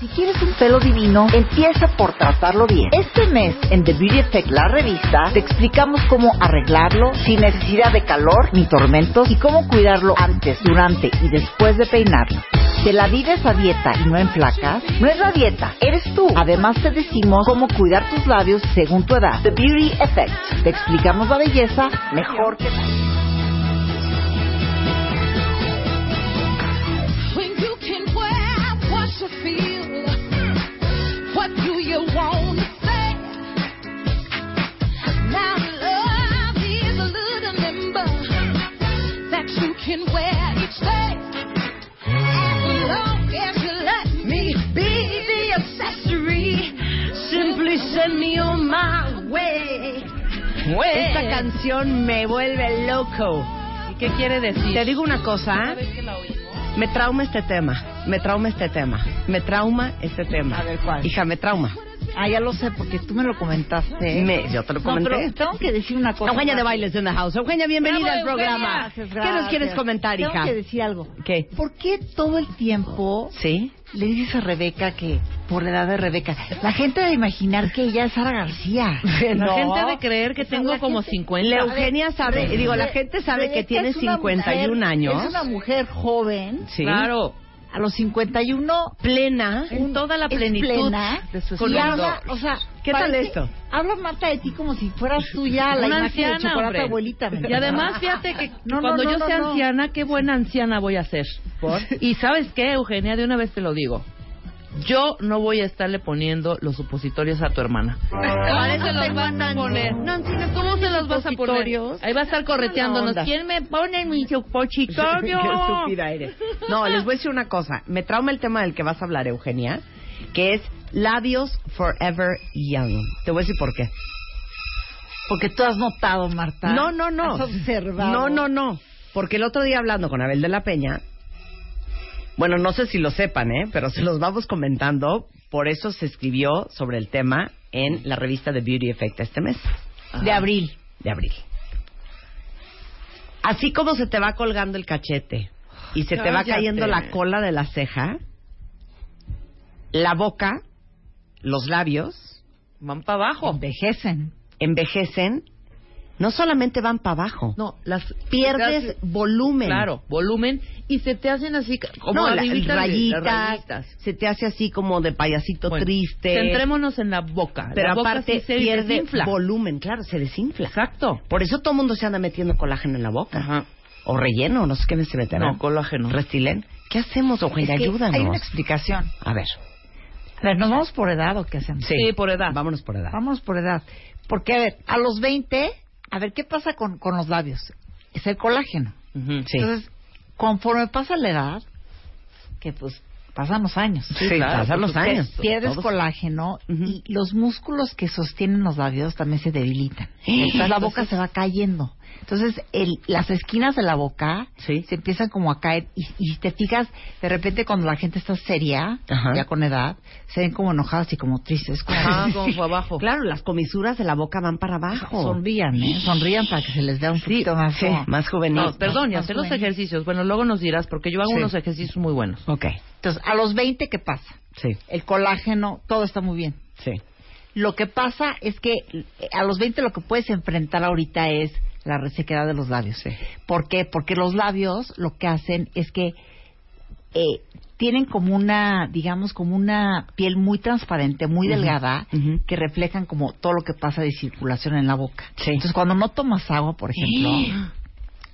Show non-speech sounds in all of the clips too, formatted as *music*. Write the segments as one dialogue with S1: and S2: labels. S1: Si quieres un pelo divino, empieza por tratarlo bien. Este mes, en The Beauty Effect, la revista, te explicamos cómo arreglarlo sin necesidad de calor ni tormentos y cómo cuidarlo antes, durante y después de peinarlo. Te la vives a dieta y no en placas. No es la dieta, eres tú. Además te decimos cómo cuidar tus labios según tu edad. The Beauty Effect. Te explicamos la belleza mejor que nadie.
S2: When you can wear what you feel, what do you want to say? Now love is a little number that you can wear each day. As long as you let me be the accessory, simply send me on my way. Way.
S3: Esta canción me vuelve loco.
S4: ¿Y qué quiere decir?
S3: Te digo una cosa, ¿eh?
S4: que la oímos?
S3: me trauma este tema, me trauma este tema, me trauma este tema.
S1: A ver, ¿cuál?
S3: Hija, me trauma.
S1: Ah, ya lo sé, porque tú me lo comentaste.
S3: Me- yo te lo
S1: No,
S3: comenté.
S1: pero tengo que decir una cosa.
S3: Eugenia de Bailes in the House. Eugenia, bienvenida
S4: Bravo,
S3: al programa.
S1: Gracias,
S3: ¿Qué nos
S1: gracias.
S3: quieres comentar,
S1: Tengo
S3: hija?
S1: que decir algo.
S3: ¿Qué?
S1: ¿Por qué todo el tiempo
S3: ¿Sí?
S1: le dices a Rebeca que, por la edad de Rebeca, la gente debe imaginar que ella es Sara
S3: *laughs*
S1: García?
S4: La
S3: No.
S4: gente debe creer que
S1: O sea,
S4: tengo
S1: la
S4: como
S1: gente-
S4: 50.
S3: La Eugenia sabe,
S1: Re-
S3: digo, la
S1: Re-
S3: gente sabe que
S1: Rebeca
S3: tiene
S1: es una
S3: 51
S1: mujer-
S3: años.
S1: Es una mujer joven.
S3: Sí.
S4: Claro.
S1: A los 51
S3: Plena.
S4: En
S1: un-
S4: toda la
S1: es
S4: plenitud
S1: plena,
S4: de su
S1: y
S4: esplendor.
S1: habla, o sea,
S3: ¿Qué tal
S1: parece-
S3: esto?
S1: Habla Marta de ti como
S4: Ah,
S1: si fueras tú ya la
S4: Una
S1: imagen de
S4: anciana,
S1: chocolate
S4: hombre.
S1: abuelita. ¿me
S4: Y
S1: entiendes?
S4: además, fíjate
S3: *laughs*
S4: que
S1: No, no,
S4: cuando
S1: no,
S4: yo
S1: no,
S4: sea
S1: no.
S4: anciana, qué buena anciana voy a ser. Y ¿sabes qué, Eugenia? De una vez te lo digo. Yo no voy a estarle poniendo los supositorios a tu hermana. ¿Cómo se los vas a poner? ¿Cómo se los vas a poner?
S3: supositorios.
S4: Ahí va a estar
S3: Mala
S4: correteándonos.
S3: onda.
S4: ¿Quién me pone mi
S3: Qué *laughs*
S4: supositorio?
S3: estúpida eres. No, les voy a decir una cosa. Me trauma el tema del que vas a hablar, Eugenia, que es labios forever young. Te voy a decir por qué.
S1: Porque tú has notado, Marta.
S4: Ah,
S3: No, no, no.
S1: Has observado.
S3: No, no, no. Porque el otro día hablando con Abel de la Peña, bueno, no sé si lo sepan, ¿eh? Pero se los vamos comentando. Por eso se escribió sobre el tema en la revista de Beauty Effect este mes.
S1: De abril.
S3: de abril. Así como se te va colgando el cachete y se te va
S4: Cállate.
S3: cayendo la cola de la ceja, la boca, los labios,
S4: Van para abajo.
S1: Envejecen.
S3: envejecen, no solamente van para abajo,
S4: No, las
S3: pierdes
S4: las-
S3: volumen.
S4: Claro, volumen y se te hacen así ca- como
S3: No, la-
S4: arribitas de-
S3: rayitas,
S4: las rayitas.
S3: se te hace así como de payasito
S4: Bueno,
S3: triste.
S4: Centrémonos en la boca.
S3: pero
S4: la boca
S3: aparte
S4: sí se
S3: pierde
S4: desinfla.
S3: volumen, claro, se desinfla.
S4: Exacto.
S3: Por eso todo el mundo se anda metiendo colágeno en la boca.
S4: Ajá.
S3: O relleno, no sé qué me se meterá.
S4: No, colágeno.
S3: Restilén. ¿Qué hacemos, Eugenia?
S1: Es que
S3: Ayúdanos.
S1: Hay una explicación.
S3: A ver.
S1: A ver, ¿nos vamos por edad o qué hacemos?
S4: Sí, por edad.
S3: Vámonos por edad.
S1: Vámonos por edad. Porque, a ver, a los 20, a ver, ¿qué pasa con, con los labios? Es el colágeno.
S4: Ujú.
S3: Sí.
S1: Entonces, conforme pasa la edad, que pues pasan los años.
S3: Sí,
S4: claro,
S3: pasan
S4: por
S3: los
S4: supuesto.
S3: años.
S1: Pierdes
S3: Todos-
S1: colágeno
S3: Ujú.
S1: y los músculos que sostienen los labios también se
S3: *gasps*
S1: debilitan. Entonces, la boca se va cayendo. Entonces, el- las esquinas de la boca
S3: Sí.
S1: se empiezan como a caer. Y, y si te fijas, de repente cuando la gente está seria,
S3: Ajá.
S1: ya con edad, se ven como enojadas y como tristes. Como,
S4: Ajá,
S1: *laughs*
S4: como para Ah, abajo.
S3: Claro, las comisuras de la boca van para abajo.
S1: Sonrían, ¿eh? Sonrían para que se les dé un poquito más.
S3: Sí, más juvenil.
S4: No, perdón, y
S1: Más
S4: hacer los
S1: juvenil.
S4: ejercicios. Bueno, luego nos dirás, porque yo hago
S3: Sí.
S4: unos ejercicios muy buenos.
S3: Ok.
S1: Entonces, a los 20, ¿qué pasa?
S3: Sí,
S1: El colágeno, todo está muy bien.
S3: sí.
S1: Lo que pasa es que eh, a los 20 lo que puedes enfrentar ahorita es la resequedad de los labios.
S3: Sí.
S1: ¿Por qué? Porque los labios lo que hacen es que eh, tienen como una, digamos, como una piel muy transparente, muy
S3: Ujú,
S1: delgada,
S3: ujú.
S1: que reflejan como todo lo que pasa de circulación en la boca.
S3: Sí. ¡Eh!
S1: Entonces, cuando no tomas agua, por ejemplo,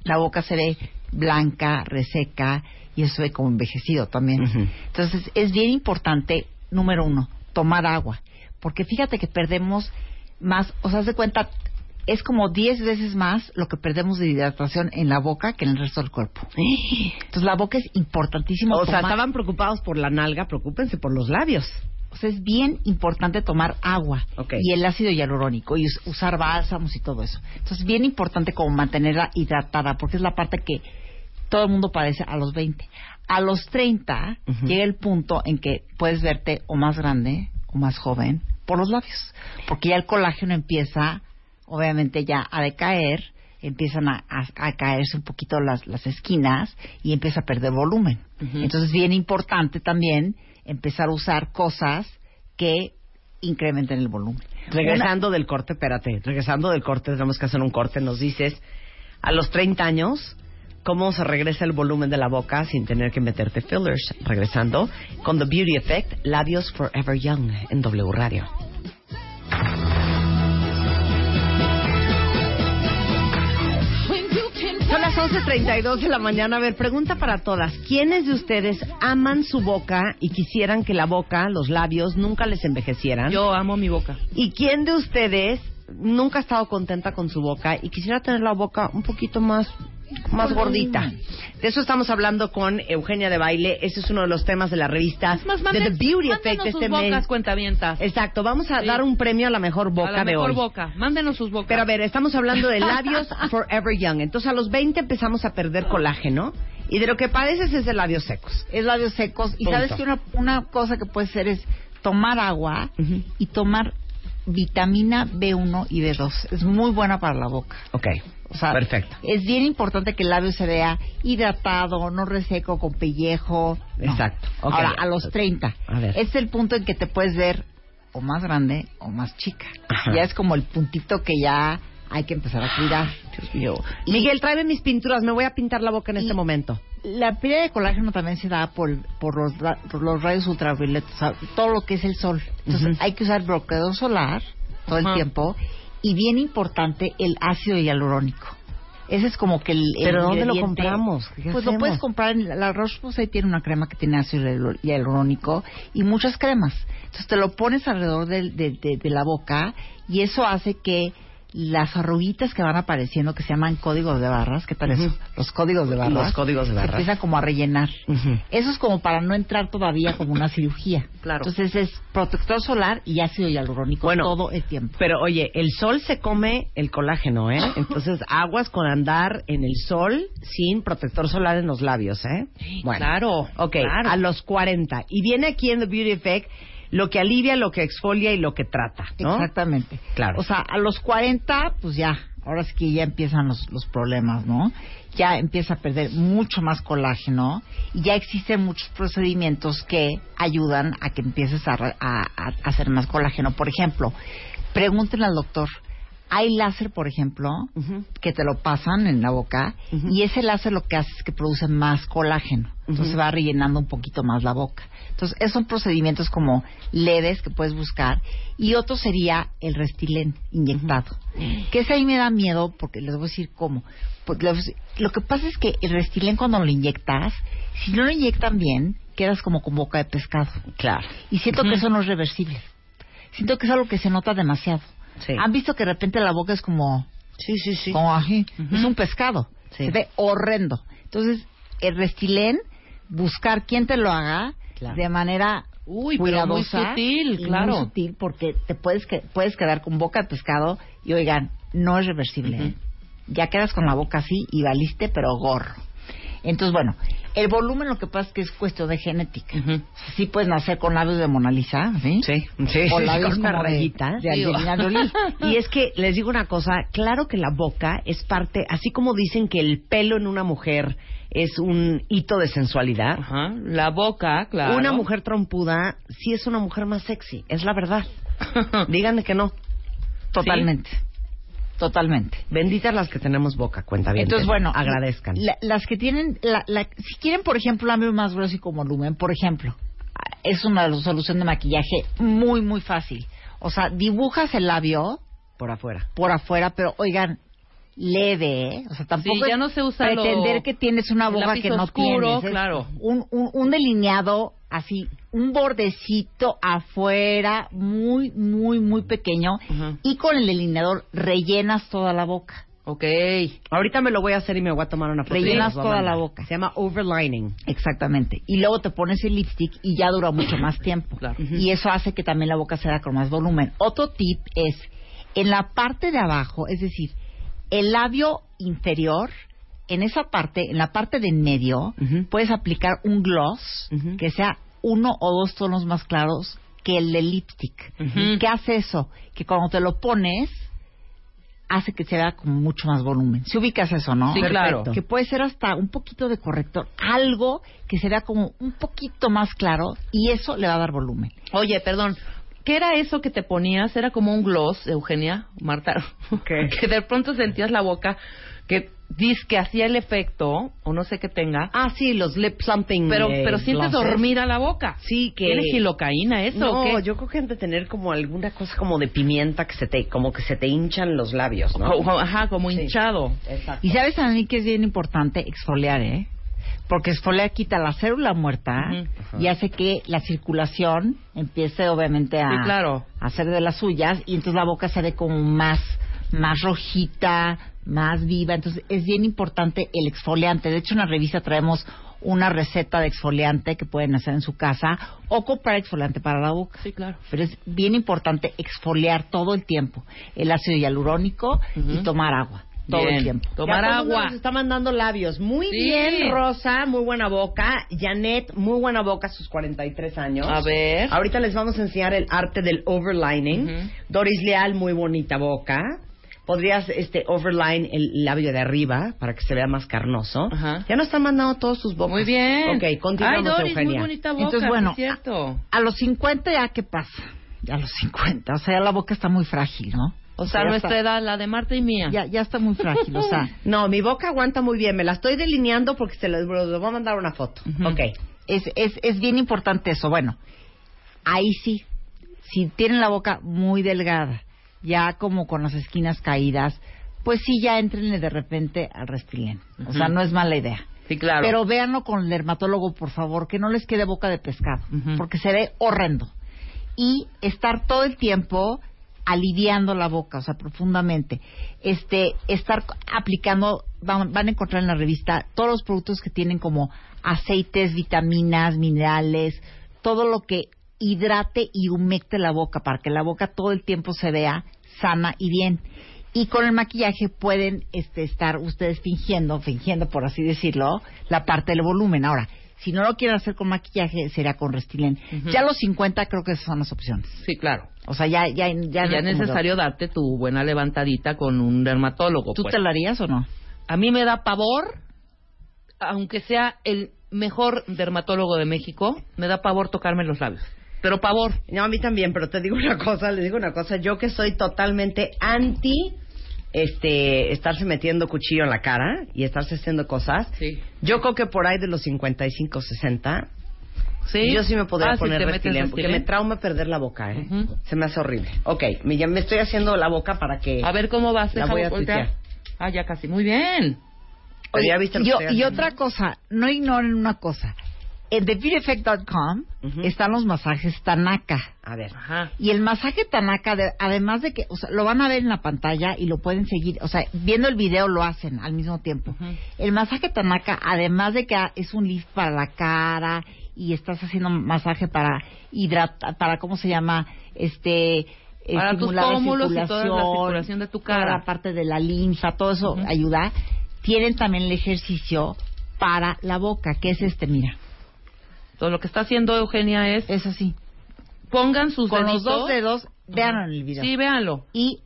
S1: la boca se ve blanca, reseca, y eso ve como envejecido también.
S3: Ujú.
S1: Entonces, es bien importante, número uno, tomar agua. Porque fíjate que perdemos más, o sea, haz de cuenta, es como 10 veces más lo que perdemos de hidratación en la boca que en el resto del
S3: *gasps*
S1: cuerpo. Entonces, la boca es importantísimo.
S3: O sea,
S1: tomar-
S3: estaban preocupados por la nalga, preocúpense por los labios.
S1: o sea, es bien importante tomar agua
S3: Ok.
S1: y el ácido hialurónico y us- usar bálsamos y todo eso. Entonces, bien importante como mantenerla hidratada, porque es la parte que todo el mundo padece a los 20. A los 30
S3: Ujú.
S1: llega el punto en que puedes verte o más grande o más joven por los labios, porque ya el colágeno empieza, obviamente, ya a decaer, empiezan a, a- a caerse un poquito las, las esquinas y empieza a perder volumen.
S4: Ujú.
S1: Entonces, bien importante también empezar a usar cosas que incrementen el volumen.
S3: Regresando del corte, espérate, regresando del corte, tenemos que hacer un corte, nos dices, a los 30 años, ¿cómo se regresa el volumen de la boca sin tener que meterte fillers? Regresando con The Beauty Effect, Labios Forever Young en W Radio. Son las 11.32 de la mañana. A ver, pregunta para todas. ¿Quiénes de ustedes aman su boca y quisieran que la boca, los labios, nunca les envejecieran?
S4: Yo amo mi boca.
S3: ¿Y quién de ustedes nunca ha estado contenta con su boca y quisiera tener la boca un poquito más más gordita? De eso estamos hablando con Eugenia de Baile. Ese es uno de los temas de la revista
S4: más,
S3: de The
S4: manden-
S3: Beauty
S4: mándenos
S3: Effect de
S4: sus
S3: este
S4: bocas,
S3: mes.
S4: cuentavientas.
S3: Exacto, vamos a
S4: Sí.
S3: dar un premio a la mejor boca
S4: a la
S3: de
S4: mejor
S3: hoy.
S4: boca. Mándenos sus bocas.
S3: Pero a ver, estamos hablando de labios forever young. Entonces a los 20 empezamos a perder colágeno y de lo que padeces es de labios secos.
S1: Es labios secos. Y
S3: Punto.
S1: sabes que una, una cosa que puede ser es tomar agua
S3: Ujú.
S1: y tomar vitamina B1 y B2. Es muy buena para la boca.
S3: Ok,
S1: O sea,
S3: perfecto.
S1: Es bien importante que el labio se vea hidratado, no reseco, con pellejo. No.
S3: Exacto. Ok.
S1: Ahora, a los 30.
S3: A ver.
S1: Es el punto en que te puedes ver o más grande o más chica.
S3: Ajá.
S1: Ya es como el puntito que ya hay que empezar a cuidar. Dios mío.
S3: Miguel, tráeme mis pinturas, me voy a pintar la boca en
S1: Y-
S3: este momento.
S1: La pérdida de colágeno también se da por, por los, ra- por los rayos ultravioletas, o sea, todo lo que es el sol. Entonces
S3: Ujú.
S1: hay que usar bloqueador solar todo el
S4: Ajá.
S1: tiempo y bien importante el ácido hialurónico. Ese es como que el... el
S3: ¿Pero dónde lo
S1: ingrediente-
S3: compramos? ¿Qué
S1: Pues lo
S3: hacemos?
S1: puedes comprar en la- la Roche Posay tiene una crema que tiene ácido hialu- hialurónico y muchas cremas. Entonces te lo pones alrededor del- de, de- de la boca y eso hace que las arruguitas que van apareciendo que se llaman códigos de barras, ¿qué tal eso?
S3: Ujú.
S1: Los códigos de barras.
S3: Los códigos de
S1: se
S3: barras.
S1: empiezan como a rellenar.
S3: Ujú.
S1: Eso es como para no entrar todavía como una cirugía.
S3: Claro.
S1: Entonces es protector solar y ácido hialurónico
S3: Bueno,
S1: todo el tiempo.
S3: Pero oye, el sol se come el
S4: *laughs*
S3: colágeno, ¿eh? Entonces, aguas con andar en el sol sin protector solar en los labios, ¿eh?
S4: Sí, claro,
S3: Ok,
S4: claro.
S3: a los 40. Y viene aquí en The Beauty Effect lo que alivia, lo que exfolia y lo que trata, ¿no?
S1: Exactamente.
S3: Claro.
S1: O sea, a los 40, pues ya, ahora sí que ya empiezan los, los problemas, ¿no? Ya empieza a perder mucho más colágeno y ya existen muchos procedimientos que ayudan a que empieces a, re- a- a hacer más colágeno. Por ejemplo, pregúntenle al doctor, ¿hay láser, por ejemplo,
S3: Ujú.
S1: que te lo pasan en la boca
S3: Ujú.
S1: y ese láser lo que hace es que produce más colágeno. Entonces
S3: Ujú.
S1: va rellenando un poquito más la boca. Entonces, esos son procedimientos como leves que puedes buscar. Y otro sería el restilén inyectado. Que ese ahí me da miedo porque les voy a decir cómo. Porque los- lo que pasa es que el restilén cuando lo inyectas, si no lo inyectan bien, quedas como con boca de pescado.
S3: Claro.
S1: Y siento que
S4: Ujú.
S1: eso no es reversible. Siento que es algo que se nota demasiado.
S3: Sí.
S4: Ah,
S1: Han visto que de repente la boca es como
S3: Sí, sí, sí.
S1: como ají.
S3: Ujú.
S1: Es un pescado.
S3: Sí.
S1: Se ve horrendo. Entonces, el restilén, buscar quién te lo haga
S3: Claro.
S1: de manera
S4: Uy, pero muy
S1: cuidadosa.
S4: sutil,
S1: y muy
S4: claro.
S1: sutil porque te puedes, que, puedes quedar con boca de pescado y, oigan, no es reversible. ¿eh?
S4: Ujú.
S1: Ya quedas con la boca así y valiste, pero gorro. Entonces, bueno, el volumen lo que pasa es que es cuestión de genética.
S4: Ujú.
S1: Sí puedes nacer con labios de Mona Lisa, ¿sí?
S3: Sí, sí,
S1: O
S3: sí,
S1: labios
S3: con una
S1: como de-
S3: rayita.
S1: de Angelina Jolie.
S3: Y es que les digo una cosa, claro que la boca es parte, así como dicen que el pelo en una mujer es un hito de sensualidad,
S4: Ajá, la boca, claro.
S3: una mujer trompuda sí es una mujer más sexy, es la verdad. Díganme que no.
S1: Totalmente. Totalmente.
S3: Benditas las que tenemos boca, cuenta bien.
S1: Entonces, bueno,
S3: agradezcan.
S1: la- las que tienen, la- la- si quieren, por ejemplo, labio más grueso y con volumen, por ejemplo, ah, es una solución de maquillaje muy, muy fácil. O sea, dibujas el labio
S3: Por afuera.
S1: por afuera, pero oigan, leve, ¿eh? o sea, tampoco
S4: Sí, ya
S1: es
S4: no se usa lo-
S1: pretender que tienes una
S4: el
S1: boca
S4: lápiz
S1: que no
S4: oscuro,
S1: tienes. es
S4: claro.
S1: Un, un, un delineado así, un bordecito afuera, muy, muy, muy pequeño,
S4: Ajá.
S1: y con el delineador rellenas toda la boca.
S4: Ok.
S3: Ahorita me lo voy a hacer y me voy a tomar una foto. y
S1: Rellenas
S3: les voy a
S1: toda
S3: mandar.
S1: la boca.
S3: Se llama overlining.
S1: Exactamente. Y luego te pones el lipstick y ya dura mucho más tiempo.
S4: Claro.
S1: Y eso hace que también la boca se vea con más volumen. Otro tip es, en la parte de abajo, es decir, el labio inferior, en esa parte, en la parte de en medio,
S3: Ujú.
S1: puedes aplicar un gloss
S3: Ujú.
S1: que sea uno o dos tonos más claros que el del lipstick.
S4: Ujú.
S1: ¿Qué hace eso? Que cuando te lo pones, hace que se vea con mucho más volumen. Si ubicas eso, ¿no?
S4: Sí, claro.
S1: Que puede ser hasta un poquito de corrector, algo que se vea como un poquito más claro y eso le va a dar volumen.
S4: Oye, perdón. ¿Qué era eso que te ponías? Era como un gloss, Eugenia, Marta.
S3: ¿Qué?
S4: *laughs* que de pronto sentías la boca que dice que hacía el efecto, o no sé qué tenga.
S3: Ah, sí, los lip something.
S4: Pero,
S3: eh,
S4: pero sientes
S3: glosses.
S4: dormida la boca.
S3: Sí, que-
S4: ¿Eres gilocaína eso
S3: No,
S4: o qué?
S3: yo creo que han de tener como alguna cosa como de pimienta que se te, como que se te hinchan los labios, ¿no?
S4: O- o- Oh, Ajá, como
S3: Sí.
S4: hinchado.
S3: Exacto.
S1: Y sabes a mí que es bien importante exfoliar, ¿eh? Porque exfoliar quita la célula muerta
S3: Ujú.
S1: y hace que la circulación empiece obviamente a,
S4: Sí, claro.
S1: a hacer de las suyas y entonces la boca se ve como más, más rojita, más viva. Entonces es bien importante el exfoliante. De hecho, en la revista traemos una receta de exfoliante que pueden hacer en su casa o comprar exfoliante para la boca.
S4: Sí, claro.
S1: Pero es bien importante exfoliar todo el tiempo el ácido hialurónico
S4: Ujú.
S1: y tomar agua todo
S4: Bien.
S1: el tiempo.
S4: Tomar
S3: Ya todo el mundo
S4: agua.
S3: Nos está mandando labios. Muy
S4: Sí.
S3: bien, Rosa, muy buena boca. Janet, muy buena boca, sus 43 años.
S4: A ver.
S3: Ahorita les vamos a enseñar el arte del overlining.
S4: Ujú.
S3: Doris Leal, muy bonita boca. Podrías este overline el labio de arriba para que se vea más carnoso.
S4: Ajá.
S3: Ya nos están mandando todos sus bocas.
S4: pues, Muy bien.
S3: Ok, continuamos,
S4: Ay, Doris,
S3: Eugenia.
S4: muy bonita boca,
S1: Entonces, bueno,
S4: sí es cierto.
S1: A los 50 ya qué pasa? A los 50, o sea, ya la boca está muy frágil, ¿no?
S4: O sea,
S1: ya
S4: nuestra
S1: está-
S4: edad, la de Marta y mía.
S1: ya, ya está muy frágil, o
S4: *laughs*
S1: sea,
S3: No, mi boca aguanta muy bien. Me la estoy delineando porque se les, les voy a mandar una foto.
S4: Ujú.
S3: Ok.
S1: es, es, es bien importante eso. Bueno, ahí sí, si tienen la boca muy delgada, ya como con las esquinas caídas, pues sí, ya entrenle de repente al restilén. O sea,
S4: Ujú.
S1: no es mala idea.
S4: Sí, claro.
S1: Pero véanlo con el dermatólogo, por favor, que no les quede boca de pescado,
S4: Ujú.
S1: porque se ve horrendo. Y estar todo el tiempo aliviando la boca, o sea, profundamente. Este, estar aplicando, van, van a encontrar en la revista todos los productos que tienen como aceites, vitaminas, minerales, todo lo que hidrate y humecte la boca para que la boca todo el tiempo se vea sana y bien. Y con el maquillaje pueden este, estar ustedes fingiendo, fingiendo por así decirlo, la parte del volumen. Ahora, si no lo quieren hacer con maquillaje, será con Restylane.
S4: Ujú.
S1: Ya a los 50 creo que esas son las opciones.
S4: Sí, claro.
S1: O sea, ya, ya, ya,
S4: Ya es necesario darte tu buena levantadita con un dermatólogo.
S1: ¿Tú
S4: pues.
S1: te lo harías o no?
S4: A mí me da pavor, aunque sea el mejor dermatólogo de México, me da pavor tocarme los labios. Pero pavor.
S3: No, a mí también, pero te digo una cosa, le digo una cosa, yo que soy totalmente anti este estarse metiendo cuchillo en la cara y estarse haciendo cosas.
S4: Sí.
S3: Yo creo que por ahí de los 55, 60,
S4: Sí.
S3: yo sí me podría
S4: Ah, si
S3: poner
S4: te metes
S3: Restylane,
S4: Restylane.
S3: porque me trauma perder la boca, ¿eh?
S4: Ujú.
S3: Se me hace horrible. Ok, me, ya me estoy haciendo la boca para que...
S4: A ver cómo vas.
S3: La
S4: déjame
S3: voy a
S4: voltear.
S3: tuitear.
S4: Ah, ya casi. Muy bien.
S3: Pero
S1: Oye,
S3: ya viste lo
S1: yo-
S3: que estoy
S1: y
S3: haciendo.
S1: otra cosa, no ignoren una cosa. En TheBeautyEffect.com
S3: Ujú.
S1: están los masajes Tanaka.
S3: A ver.
S4: Ajá.
S1: Y el masaje Tanaka, de- además de que, o sea, lo van a ver en la pantalla y lo pueden seguir, o sea, viendo el video lo hacen al mismo tiempo.
S4: Ujú.
S1: El masaje Tanaka, además de que ah, es un lift para la cara y estás haciendo masaje para hidratar, para, ¿cómo se llama? Este, eh,
S4: Para tus
S1: estimular la
S4: pómulos y toda la
S1: circulación,
S4: circulación de tu
S1: toda
S4: cara.
S1: la parte de la linfa, todo eso
S4: Ujú.
S1: ayuda. Tienen también el ejercicio para la boca, que es este, mira,
S4: Entonces, lo que está haciendo Eugenia es,
S1: es así.
S4: pongan sus
S1: Con los
S4: deditos.
S1: dos dedos, vean el video.
S4: Sí, véanlo.
S1: y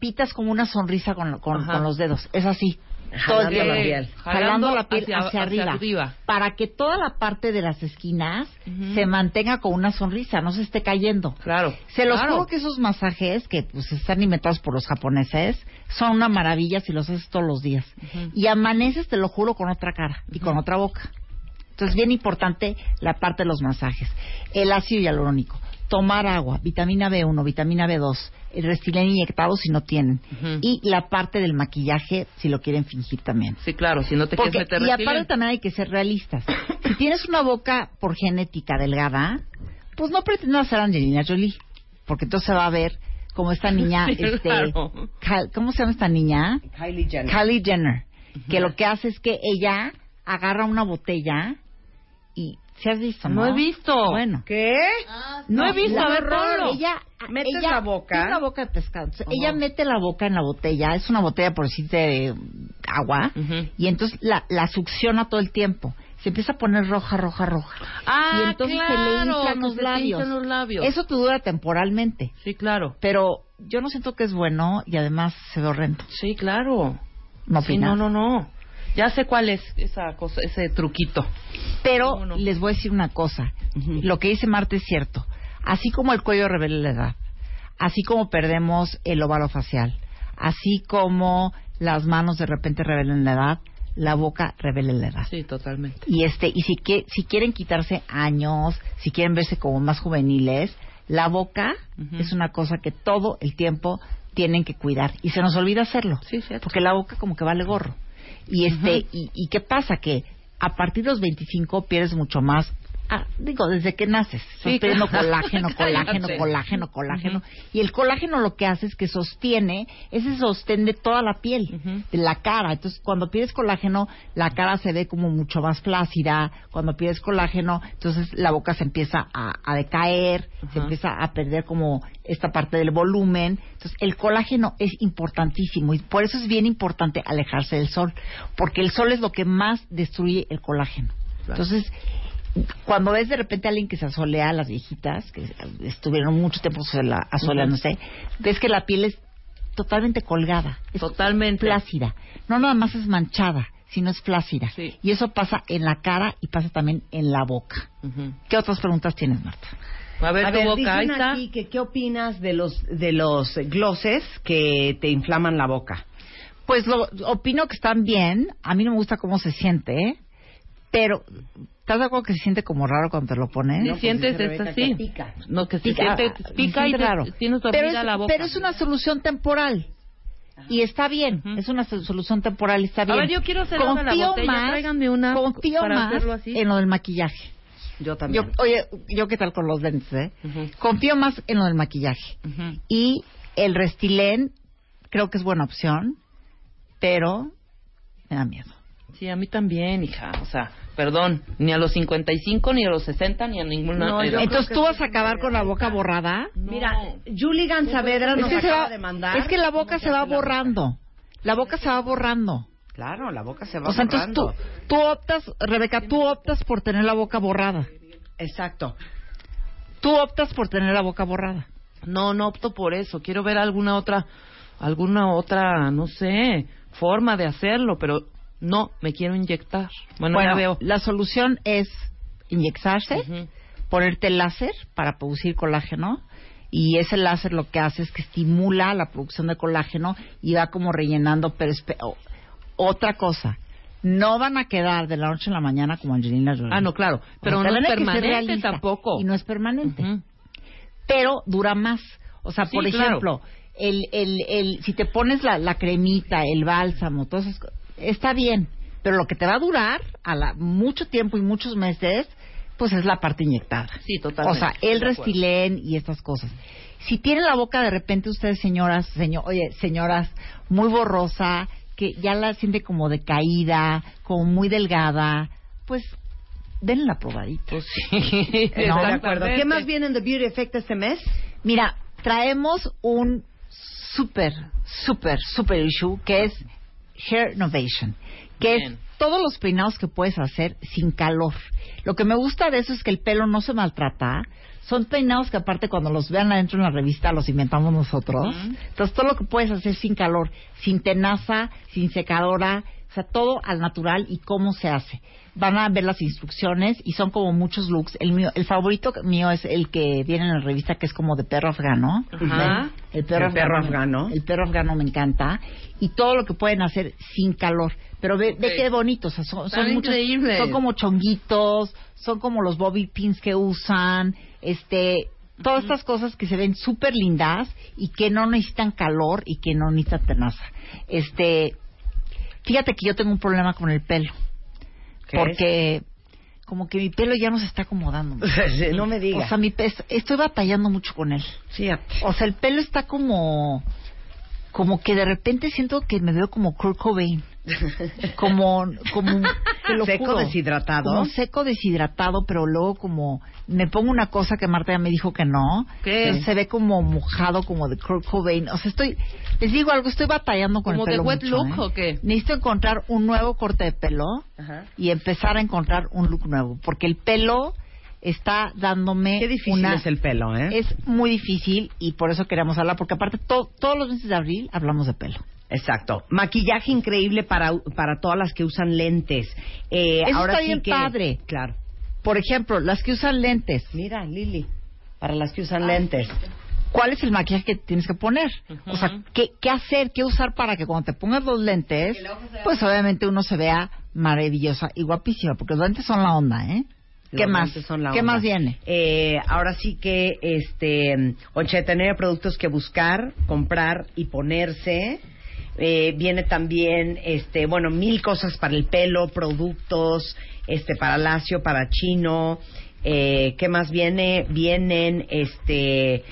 S1: pitas como una sonrisa con, con,
S4: Ajá.
S1: con los dedos. Es así. Todo el
S3: Jalando
S1: tiempo.
S3: la piel.
S1: Jalando la piel hacia,
S4: hacia
S1: arriba,
S4: arriba.
S1: Para que toda la parte de las esquinas
S4: Ujú.
S1: se mantenga con una sonrisa, no se esté cayendo.
S4: Claro.
S1: Se los
S4: claro.
S1: juro que esos masajes que pues están inventados por los japoneses son una maravilla si los haces todos los días.
S4: Ujú.
S1: Y amaneces, te lo juro, con otra cara y con otra boca. Entonces, bien importante la parte de los masajes. El ácido hialurónico, tomar agua, vitamina B1, vitamina B2, el restilén inyectado si no tienen.
S4: Ujú.
S1: Y la parte del maquillaje si lo quieren fingir también.
S4: Sí, claro. Si no te
S1: Porque-
S4: quieres meter
S1: y
S4: Restylane.
S1: aparte también hay que ser realistas. Si tienes una boca por genética delgada, pues no pretendas ser Angelina Jolie, porque entonces se va a ver como esta niña,
S4: *laughs* Sí,
S1: este,
S4: claro.
S1: Kyle- ¿cómo se llama esta niña?
S3: Kylie Jenner.
S1: Kylie Jenner, que lo que hace es que ella agarra una botella y ¿se has visto? No,
S4: No he visto.
S1: Bueno,
S3: ¿Qué?
S1: no
S4: he visto,
S1: la-
S4: a ver, ponlo.
S1: Ella,
S3: Metes
S1: ella
S3: la boca.
S1: tiene una boca de pescado. Entonces,
S4: Ajá.
S1: Ella mete la boca en la botella. Es una botella, por decirte, de agua.
S4: Ujú.
S1: Y entonces la, la succiona todo el tiempo. Se empieza a poner roja, roja, roja.
S4: Ah,
S1: y entonces se le
S4: claro,
S1: inflan
S4: que
S1: los
S4: se te
S1: labios.
S4: hinchan los labios.
S1: Eso te dura temporalmente.
S4: Sí, claro.
S1: Pero yo no siento que es bueno y además se ve horrendo.
S4: Sí, claro.
S1: No
S4: Sí,
S1: opinas.
S4: no, no, no. Ya sé cuál es esa cosa, ese truquito.
S1: Pero
S4: ¿Cómo no?
S1: les voy a decir una cosa.
S4: Ujú.
S1: Lo que dice Marta es cierto. Así como el cuello revela la edad, así como perdemos el óvalo facial, así como las manos de repente revelan la edad, la boca revela la edad.
S4: Sí, totalmente.
S1: Y este y si, que- si quieren quitarse años, si quieren verse como más juveniles, la boca
S4: Ujú.
S1: es una cosa que todo el tiempo tienen que cuidar y se nos olvida hacerlo
S4: Sí, cierto.
S1: porque la boca como que vale gorro. Y este, y, y qué pasa que a partir de los 25 pierdes mucho más. ah, digo, desde que naces,
S4: Sí,
S1: estás perdiendo
S4: claro. *laughs*
S1: colágeno, colágeno,
S4: Cállate.
S1: colágeno, colágeno.
S4: Ujú.
S1: Y el colágeno lo que hace es que sostiene, ese sostén de toda la piel,
S4: Ujú.
S1: de la cara. Entonces, cuando pierdes colágeno, la cara se ve como mucho más flácida. Cuando pierdes colágeno, entonces la boca se empieza a, a decaer, se
S4: Ajá.
S1: empieza empieza a perder como esta parte del volumen. Entonces, el colágeno es importantísimo y por eso es bien importante alejarse del sol, porque el sol es lo que más destruye el colágeno.
S4: Claro.
S1: Entonces, cuando ves de repente a alguien que se asolea, las viejitas, que estuvieron mucho tiempo asola- asoleándose, ves que la piel es totalmente colgada. Es
S4: Totalmente.
S1: Flácida. No nada más es manchada, sino es flácida.
S4: Sí.
S1: Y eso pasa en la cara y pasa también en la boca.
S4: Ujú.
S1: ¿Qué otras preguntas tienes, Marta?
S4: A ver,
S3: A
S4: tu
S3: ver,
S4: boca, ahí
S3: dicen
S4: está.
S3: aquí que qué opinas de los de los glosses que te inflaman la boca.
S1: Pues lo, opino que están bien. A mí no me gusta cómo se siente, ¿eh? pero ¿estás de acuerdo que se siente como raro cuando te lo pones?
S4: Sí, sientes
S3: Pues dice Rebeca
S4: esta sí.
S3: que pica.
S4: No, que se
S1: Pica,
S4: siente,
S1: se
S4: pica y
S1: siente
S4: te- tienes tu
S1: pero,
S4: amiga
S1: es,
S4: la boca.
S1: pero es una solución temporal. Y está bien,
S4: Ujú.
S1: es una so- solución temporal, está bien.
S4: ver, yo quiero hacer una de la
S1: Confío
S4: botella,
S1: más,
S4: tráiganme una
S1: confío
S4: para
S1: más
S4: hacerlo así.
S1: en lo del maquillaje.
S3: Yo
S1: Yo,
S3: también.
S1: oye, yo qué tal con los dentes, ¿eh?
S4: Ujú.
S1: Confío más en lo del maquillaje.
S4: Ujú.
S1: Y el Restilén creo que es buena opción, pero me da miedo.
S4: Sí, a mí también, hija. O sea, perdón, ni a los 55, ni a los 60, ni a ninguna.
S3: No, yo
S4: edad.
S3: creo
S1: Entonces tú vas a acabar con la boca borrada.
S4: No.
S3: Mira, Julie Gansavedra nos
S1: se
S3: acaba
S1: va-
S3: de mandar.
S1: es que la boca
S3: ¿Cómo
S1: se va
S3: hace la boca?
S1: borrando. La boca se va borrando.
S3: Claro, la boca se va
S1: O sea, entonces
S3: borrando.
S1: tú, tú optas, Rebeca, tú optas por tener la boca borrada.
S3: Exacto.
S1: Tú optas por tener la boca borrada.
S4: No, no opto por eso. Quiero ver alguna otra, alguna otra, no sé, forma de hacerlo, pero no, me quiero inyectar. Bueno, ya veo.
S1: la solución es inyectarse,
S4: Ujú.
S1: ponerte láser para producir colágeno. Y ese láser lo que hace es que estimula la producción de colágeno y va como rellenando. Pero espe- o- otra cosa, no van a quedar de la noche a la mañana como Angelina Jolie.
S4: Ah, no, claro. Pero
S1: O sea,
S4: no
S1: también hay
S4: es
S1: que ser
S4: permanente
S1: realista.
S4: tampoco.
S1: Y no es permanente.
S4: Ujú.
S1: Pero dura más. O sea,
S4: Sí,
S1: por
S4: claro.
S1: ejemplo, el, el, el, si te pones la, la cremita, el bálsamo, todas esas co- está bien. Pero lo que te va a durar a la, mucho tiempo y muchos meses, pues es la parte inyectada.
S4: Sí, totalmente.
S1: O sea, el
S4: De acuerdo.
S1: restilén y estas cosas. Si tienen la boca de repente ustedes, señoras, señor, oye, señoras, muy borrosa, que ya la siente como decaída, como muy delgada, pues denle la probadita.
S4: Pues sí.
S1: No,
S3: Estoy de acuerdo. ¿Qué más viene en The Beauty Effect este mes?
S1: Mira, traemos un súper, súper, súper issue que es Hair Innovation, que
S4: Bien.
S1: es todos los peinados que puedes hacer sin calor. Lo que me gusta de eso es que el pelo no se maltrata. Son peinados que aparte cuando los vean adentro en la revista los inventamos nosotros.
S4: Ujú.
S1: Entonces todo lo que puedes hacer sin calor, sin tenaza, sin secadora, o sea, todo al natural y cómo se hace. Van a ver las instrucciones y son como muchos looks. El mío, el favorito mío es el que viene en la revista que es como de perro afgano.
S4: Ajá.
S1: El perro,
S3: El perro afgano.
S1: me- El perro afgano me encanta. Y todo lo que pueden hacer sin calor. Pero ve, ve
S4: Ok.
S1: qué bonito. o sea, son, son
S4: Están
S1: muchos-
S4: increíbles.
S1: Son como chonguitos, son como los bobby pins que usan. Este. Todas estas cosas que se ven súper lindas y que no necesitan calor y que no necesitan tenaza. Este. Fíjate que yo tengo un problema con el pelo.
S3: ¿Qué
S1: porque. Como que mi pelo ya no se está
S3: *laughs*
S1: acomodando.
S3: Sí, no me digas.
S1: O sea, mi pez, estoy batallando mucho con él.
S3: Fíjate.
S1: O sea, el pelo está como. Como que de repente siento que me veo como Kurt Cobain. Como. como te lo
S3: Seco,
S1: juro.
S3: deshidratado.
S1: Como seco, deshidratado, pero luego como. Me pongo una cosa que Marta ya me dijo que no.
S4: ¿Qué?
S1: pero Se ve como mojado, como de Kurt Cobain. O sea, estoy. Les digo algo, estoy batallando con
S4: ¿Como
S1: el
S4: de
S1: pelo.
S4: wet
S1: mucho,
S4: look
S1: ¿eh?
S4: o *laughs* qué?
S1: Necesito encontrar un nuevo corte de pelo
S3: Ajá.
S1: y empezar a encontrar un look nuevo. Porque el pelo está dándome
S3: Qué difícil
S1: una-
S3: es el pelo, ¿eh?
S1: Es muy difícil y por eso queremos hablar, porque aparte to- todos los meses de abril hablamos de pelo.
S3: Exacto. Maquillaje increíble para, para todas las que usan lentes. Eh,
S1: Eso
S3: ahora
S1: está
S3: sí
S1: bien
S3: que-
S1: padre.
S3: Claro.
S1: Por ejemplo, las que usan lentes,
S3: Mira, Lili, para las que usan lentes.
S1: ¿cuál es el maquillaje que tienes que poner?
S4: Ujú.
S1: O sea, ¿qué, ¿qué hacer, qué usar para que cuando te pongas los lentes, pues obviamente uno se vea maravillosa y guapísima, porque los lentes son la onda, ¿eh? ¿Qué
S3: Los
S1: más?
S3: lentes son la
S1: ¿Qué
S3: onda.
S1: más viene?
S3: Eh, ahora sí que este 89 productos que buscar, comprar y ponerse. Eh, viene también este bueno mil cosas para el pelo, productos este para lacio, para chino. Eh, ¿Qué más viene? Vienen este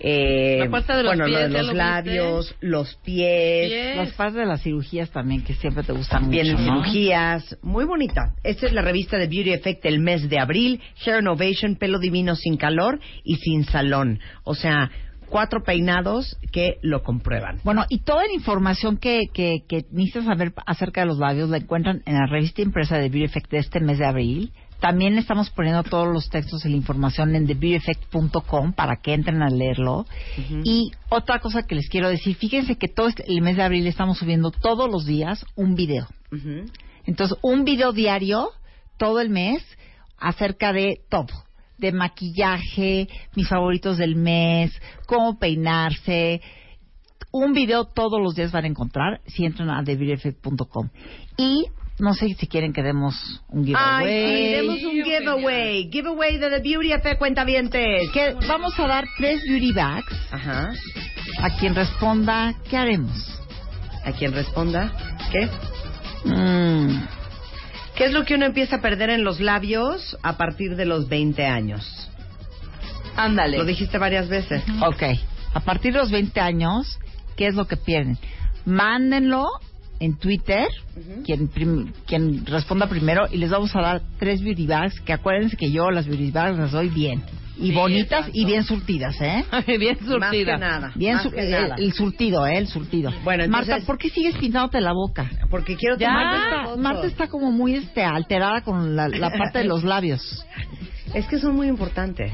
S3: eh,
S4: La parte de los
S3: bueno lo
S4: pies,
S3: de
S4: ¿ya
S3: los
S4: lo
S3: labios, los pies,
S4: Pies.
S1: Las partes de las cirugías también, que siempre te gustan
S3: Vienen
S1: mucho, ¿no?
S3: cirugías, muy bonita. Esta es la revista de Beauty Effect del mes de abril, Hair Innovation, pelo divino sin calor y sin salón. O sea, cuatro peinados que lo comprueban.
S1: Bueno, y toda la información que, que, que necesitas saber acerca de los labios la encuentran en la revista impresa de Beauty Effect de este mes de abril. También le estamos poniendo todos los textos y la información en TheBeautyEffect.com para que entren a leerlo. Y otra cosa que les quiero decir, fíjense que todo este- el mes de abril estamos subiendo todos los días un video.
S3: Ujú.
S1: Entonces, un video diario todo el mes acerca de todo. De maquillaje, mis favoritos del mes, cómo peinarse. Un video todos los días van a encontrar si entran a TheBeautyEffect.com. Y no sé si quieren que demos un
S3: Ay,
S1: giveaway.
S3: sí, demos un giveaway. Giveaway de The Beauty Effect, cuenta
S1: Que vamos a dar tres beauty bags
S3: Ajá.
S1: a quien responda qué haremos.
S3: A quien responda, ¿qué?
S1: Mm,
S3: ¿Qué es lo que uno empieza a perder en los labios a partir de los 20 años?
S4: Ándale.
S3: Lo dijiste varias veces.
S1: Ok. A partir de los 20 años, ¿qué es lo que pierden? Mándenlo en Twitter, quien, prim- quien responda primero, y les vamos a dar tres beauty bags, que acuérdense que yo las beauty bags las doy bien. Y
S4: Sí,
S1: bonitas
S4: exacto.
S1: y bien surtidas, ¿eh?
S4: Bien surtida.
S3: Más que nada.
S1: *laughs* Bien
S3: Ah, más
S1: sur-
S3: que
S1: el,
S3: nada.
S1: el surtido, ¿eh? El surtido.
S3: Bueno, entonces-
S1: Marta, ¿por qué sigues pintándote la boca?
S3: Porque quiero
S1: Ya,
S3: tomar
S1: Marta, Marta está como muy este, alterada con la,
S3: *laughs*
S1: la parte de los labios.
S3: Es que son muy importantes.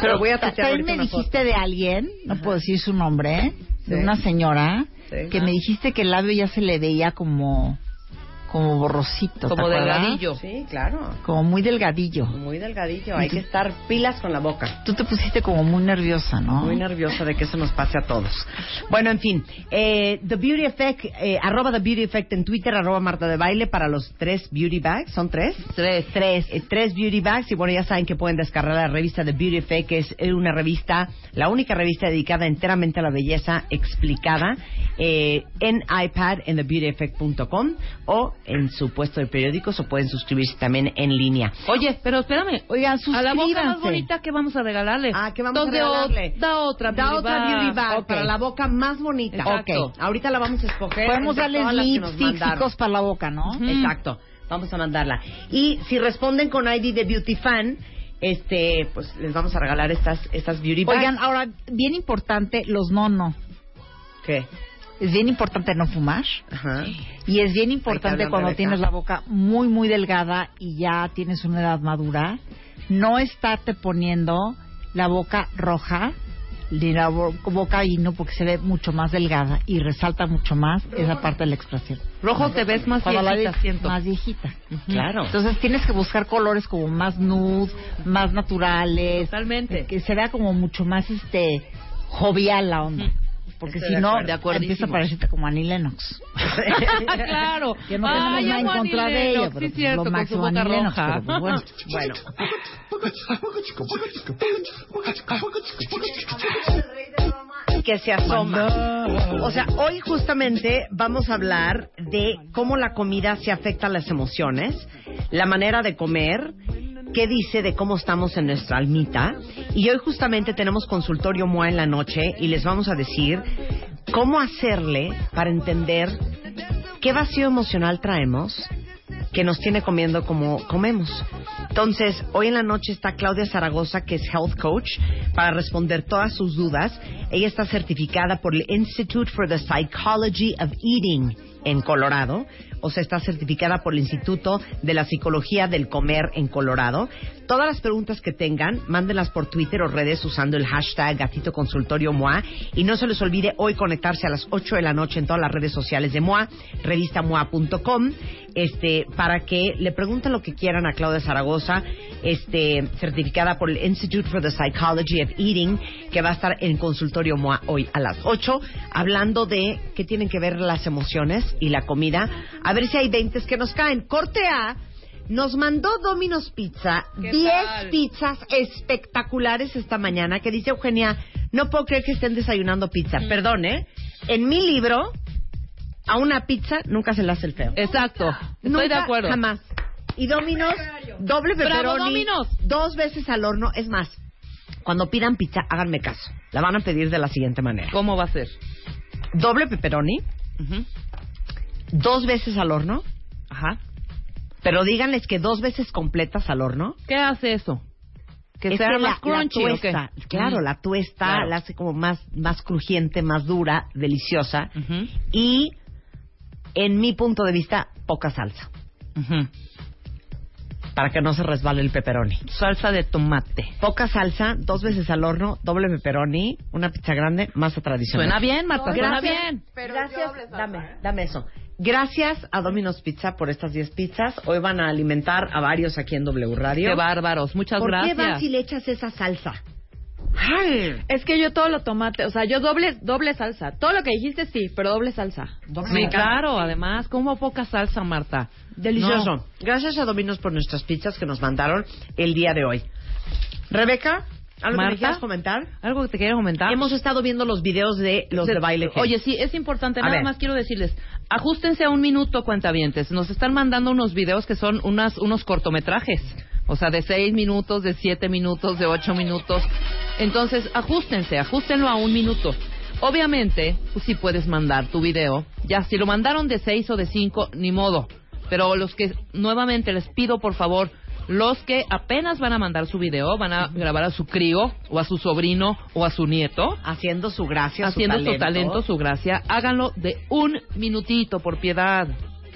S3: Pero voy a tuitear
S1: También
S3: ahorita
S1: me
S3: una foto.
S1: dijiste de alguien, no puedo decir su nombre, ¿eh? de
S3: Sí.
S1: una señora,
S3: Sí. Ah.
S1: que me dijiste que el labio ya se le veía como, como borrosito. ¿te
S4: Como
S1: acuerdas?
S4: delgadillo.
S3: Sí, claro.
S1: Como muy delgadillo.
S3: Muy delgadillo. Hay que estar pilas con la boca.
S1: Tú te pusiste como muy nerviosa, ¿no?
S3: Muy nerviosa de que eso nos pase a todos. Bueno, en fin. eh, The Beauty Effect, eh, arroba The Beauty Effect en Twitter, arroba Marta de Baile para los tres Beauty Bags. ¿Son tres?
S4: Tres.
S3: Tres. eh, tres Beauty Bags. Y bueno, ya saben que pueden descargar la revista The Beauty Effect, que es eh, una revista, la única revista dedicada enteramente a la belleza explicada eh, en iPad, en TheBeautyEffect.com o en su puesto de periódicos o pueden suscribirse también en línea.
S4: Oye, pero espérame.
S1: Oigan,
S4: A la boca más
S1: suscríbanse.
S4: bonita que vamos a regalarle.
S3: Ah, ¿qué vamos a
S4: Dos de
S3: regalarle?
S4: ot- Da otra.
S3: Da
S4: beauty
S3: otra
S4: bar.
S3: beauty bar
S4: Ok.
S3: para la boca más bonita.
S4: Exacto.
S3: Ok. Ahorita la vamos a escoger.
S1: Podemos
S3: entre
S1: darles
S3: todas las que nos
S1: lipsticks y
S3: mandaron.
S1: cosas para la boca, ¿no?
S4: Ujú.
S3: Exacto. Vamos a mandarla. Y si responden con ID de Beauty Fan, este, pues les vamos a regalar estas, estas beauty bags.
S1: Oigan, ahora, bien importante, los no, no.
S3: ¿qué?
S1: Es bien importante no fumar.
S3: Ajá.
S1: Y es bien importante
S3: hablando
S1: cuando
S3: de
S1: tienes
S3: acá.
S1: la boca muy, muy delgada y ya tienes una edad madura, no estarte poniendo la boca roja ni la bo- boca no porque se ve mucho más delgada y resalta mucho más esa parte de la expresión.
S4: Rojo te ves más
S1: Cuando la
S4: viejita,
S1: ves
S4: siento.
S1: más viejita.
S3: Claro.
S1: Entonces tienes que buscar colores como más nude, más naturales.
S4: *laughs* Totalmente.
S1: Que se vea como mucho más este jovial la onda.
S4: Ujú.
S1: Porque
S3: Estoy
S1: si
S3: de
S1: no,
S3: acuerdo. De
S4: acuerdísimo.
S1: empieza a parecerte como Annie Lennox.
S4: Ah, claro.
S1: Que no tenemos
S4: Ay,
S1: nada en
S4: amo a
S1: contra
S4: Annie
S1: de ella,
S4: Lennox,
S1: pero pues
S4: sí,
S1: lo
S4: cierto, con su
S1: máximo
S4: boca
S1: Annie Lennox,
S4: roja.
S1: pero pues
S4: *laughs*
S1: bueno.
S3: Bueno, que se asoma. O sea, hoy justamente vamos a hablar de cómo la comida se afecta a las emociones, la manera de comer, qué dice de cómo estamos en nuestra almita. Y hoy justamente tenemos consultorio MOA en la noche y les vamos a decir cómo hacerle para entender qué vacío emocional traemos que nos tiene comiendo como comemos. Entonces, hoy en la noche está Claudia Zaragoza, que es health coach, para responder todas sus dudas. Ella está certificada por el Institute for the Psychology of Eating en Colorado, o sea, está certificada por el Instituto de la Psicología del Comer en Colorado. Todas las preguntas que tengan, mándenlas por Twitter o redes usando el hashtag Gatito Consultorio MOA. Y no se les olvide hoy conectarse a las 8 de la noche en todas las redes sociales de MOA, revistamoa.com, este, para que le pregunten lo que quieran a Claudia Zaragoza, este, certificada por el Institute for the Psychology of Eating, que va a estar en Consultorio MOA hoy a las 8, hablando de qué tienen que ver las emociones y la comida. A ver si hay 20 que nos caen. Corte A. Nos mandó Domino's Pizza
S4: ¿Qué
S3: 10
S4: tal?
S3: pizzas espectaculares esta mañana que dice Eugenia, no puedo creer que estén desayunando
S4: Mm.
S3: pizza. Perdón, ¿eh? En mi libro, a una pizza nunca se le hace el feo.
S4: Exacto. Eh, Estoy
S3: Nunca,
S4: de acuerdo.
S3: Jamás. Y Domino's, doble
S4: Bravo,
S3: pepperoni,
S4: Domino's.
S3: dos veces al horno. Es más, cuando pidan pizza, háganme caso. La van a pedir de la siguiente manera.
S4: ¿Cómo va a ser?
S3: Doble pepperoni,
S4: Ujú.
S3: dos veces al horno,
S4: Ajá.
S3: pero díganles que dos veces completas al horno.
S4: ¿Qué hace eso? Que
S3: Es
S4: sea
S3: la-
S4: más
S3: la
S4: crunchy. ¿o qué?
S3: tuesta, Claro,
S4: Mm.
S3: la tuesta
S4: Claro.
S3: la hace como más, más crujiente, más dura, deliciosa.
S4: Ujú,
S3: Y, en mi punto de vista, poca salsa.
S4: ujú.
S3: Para que no se resbale el pepperoni.
S4: Salsa de tomate.
S3: Poca salsa, dos veces al horno, doble pepperoni, una pizza grande, masa tradicional.
S4: Suena bien, Marta, suena
S3: Gracias.
S4: bien.
S5: Pero yo
S3: Gracias,
S5: doble salsa,
S3: dame,
S5: ¿eh?
S3: dame eso. Gracias a Domino's Pizza por estas 10 pizzas. Hoy van a alimentar a varios aquí en W Radio.
S4: Qué bárbaros. Muchas
S3: ¿Por
S4: gracias.
S3: qué vas y le echas esa salsa?
S5: Es que yo todo lo tomate, o sea, yo doble doble salsa. Todo lo que dijiste sí, pero doble salsa.
S4: Sí, claro, además, como poca salsa, Marta.
S3: Delicioso.
S4: No.
S3: Gracias a Dominos por nuestras pizzas que nos mandaron el día de hoy. Rebeca, ¿algo que me
S4: Marta?
S3: quieras comentar?
S4: ¿Algo que te quiero comentar?
S3: Hemos estado viendo los videos de los de, baile. Gel.
S4: Oye, sí, es importante.
S3: A
S4: nada
S3: ver.
S4: más quiero decirles, ajustense a un minuto, cuentavientes. Nos están mandando unos videos que son unas, unos cortometrajes. O sea, de seis minutos, de siete minutos, de ocho minutos. Entonces, ajustense, ajustenlo a un minuto. Obviamente, pues, sí puedes mandar tu video. Ya, si lo mandaron de seis o de cinco, ni modo. Pero los que, nuevamente, les pido, por favor, los que apenas van a mandar su video, van a grabar a su crío, o a su sobrino, o a su nieto
S3: haciendo su gracia,
S4: haciendo
S3: su talento.
S4: su talento, su gracia, háganlo de un minutito, por piedad.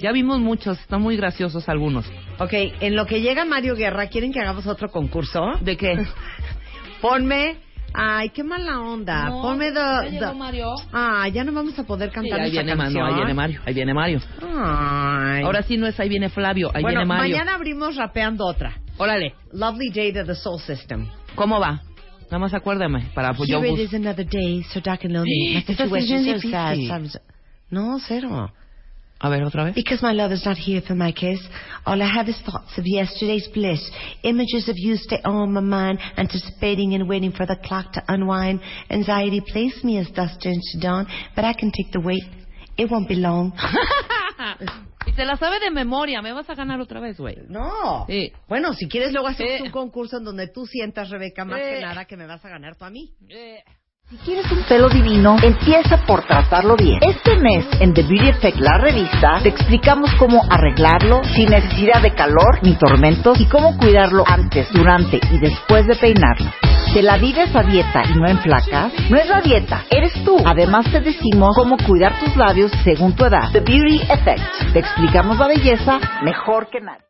S4: Ya vimos muchos, están muy graciosos algunos.
S3: Ok, en lo que llega Mario Guerra, ¿quieren que hagamos otro concurso?
S4: ¿De qué? *laughs*
S3: Ponme... Ay, qué mala onda. Ponme... The, the- Ah, ya no vamos a poder
S4: Sí,
S3: cantar
S4: ahí
S3: esa
S4: viene Manu,
S3: canción.
S4: ahí viene Mario, ahí viene Mario.
S3: Ay.
S4: Ahora sí no es ahí viene Flavio, ahí
S3: bueno,
S4: viene Mario.
S3: mañana abrimos rapeando otra.
S4: Órale,
S3: Lovely Day de The Soul System.
S4: ¿cómo va? Nada más acuérdame para pues, yo
S3: Here it
S4: bus-
S3: is another day, so dark and lonely. My
S4: Eso es
S3: situation
S4: bien
S3: so sad,
S4: difícil.
S3: some- No, cero.
S4: A ver otra vez.
S3: Because my love is not here for my kiss. All I have is thoughts of yesterday's bliss. Images of you stay on my mind, anticipating and waiting for the clock to unwind. Anxiety plays me as dusk turns to dawn, but I can take the wait. It won't be long.
S4: *laughs* Y te la sabe de memoria, me vas a ganar otra vez, güey.
S3: *laughs* No.
S4: Sí.
S3: Bueno, si quieres luego
S4: hacemos un
S3: concurso en donde tú sientas, Rebeca,
S4: más que nada
S3: que me vas a ganar tú a mí.
S4: Eh.
S1: Si quieres un pelo divino, empieza por tratarlo bien. Este mes en The Beauty Effect, la revista, te explicamos cómo arreglarlo sin necesidad de calor ni tormentos y cómo cuidarlo antes, durante y después de peinarlo. ¿Te la vives a dieta y no en placas? No es la dieta, eres tú. Además te decimos cómo cuidar tus labios según tu edad. The Beauty Effect. Te explicamos la belleza mejor que nadie.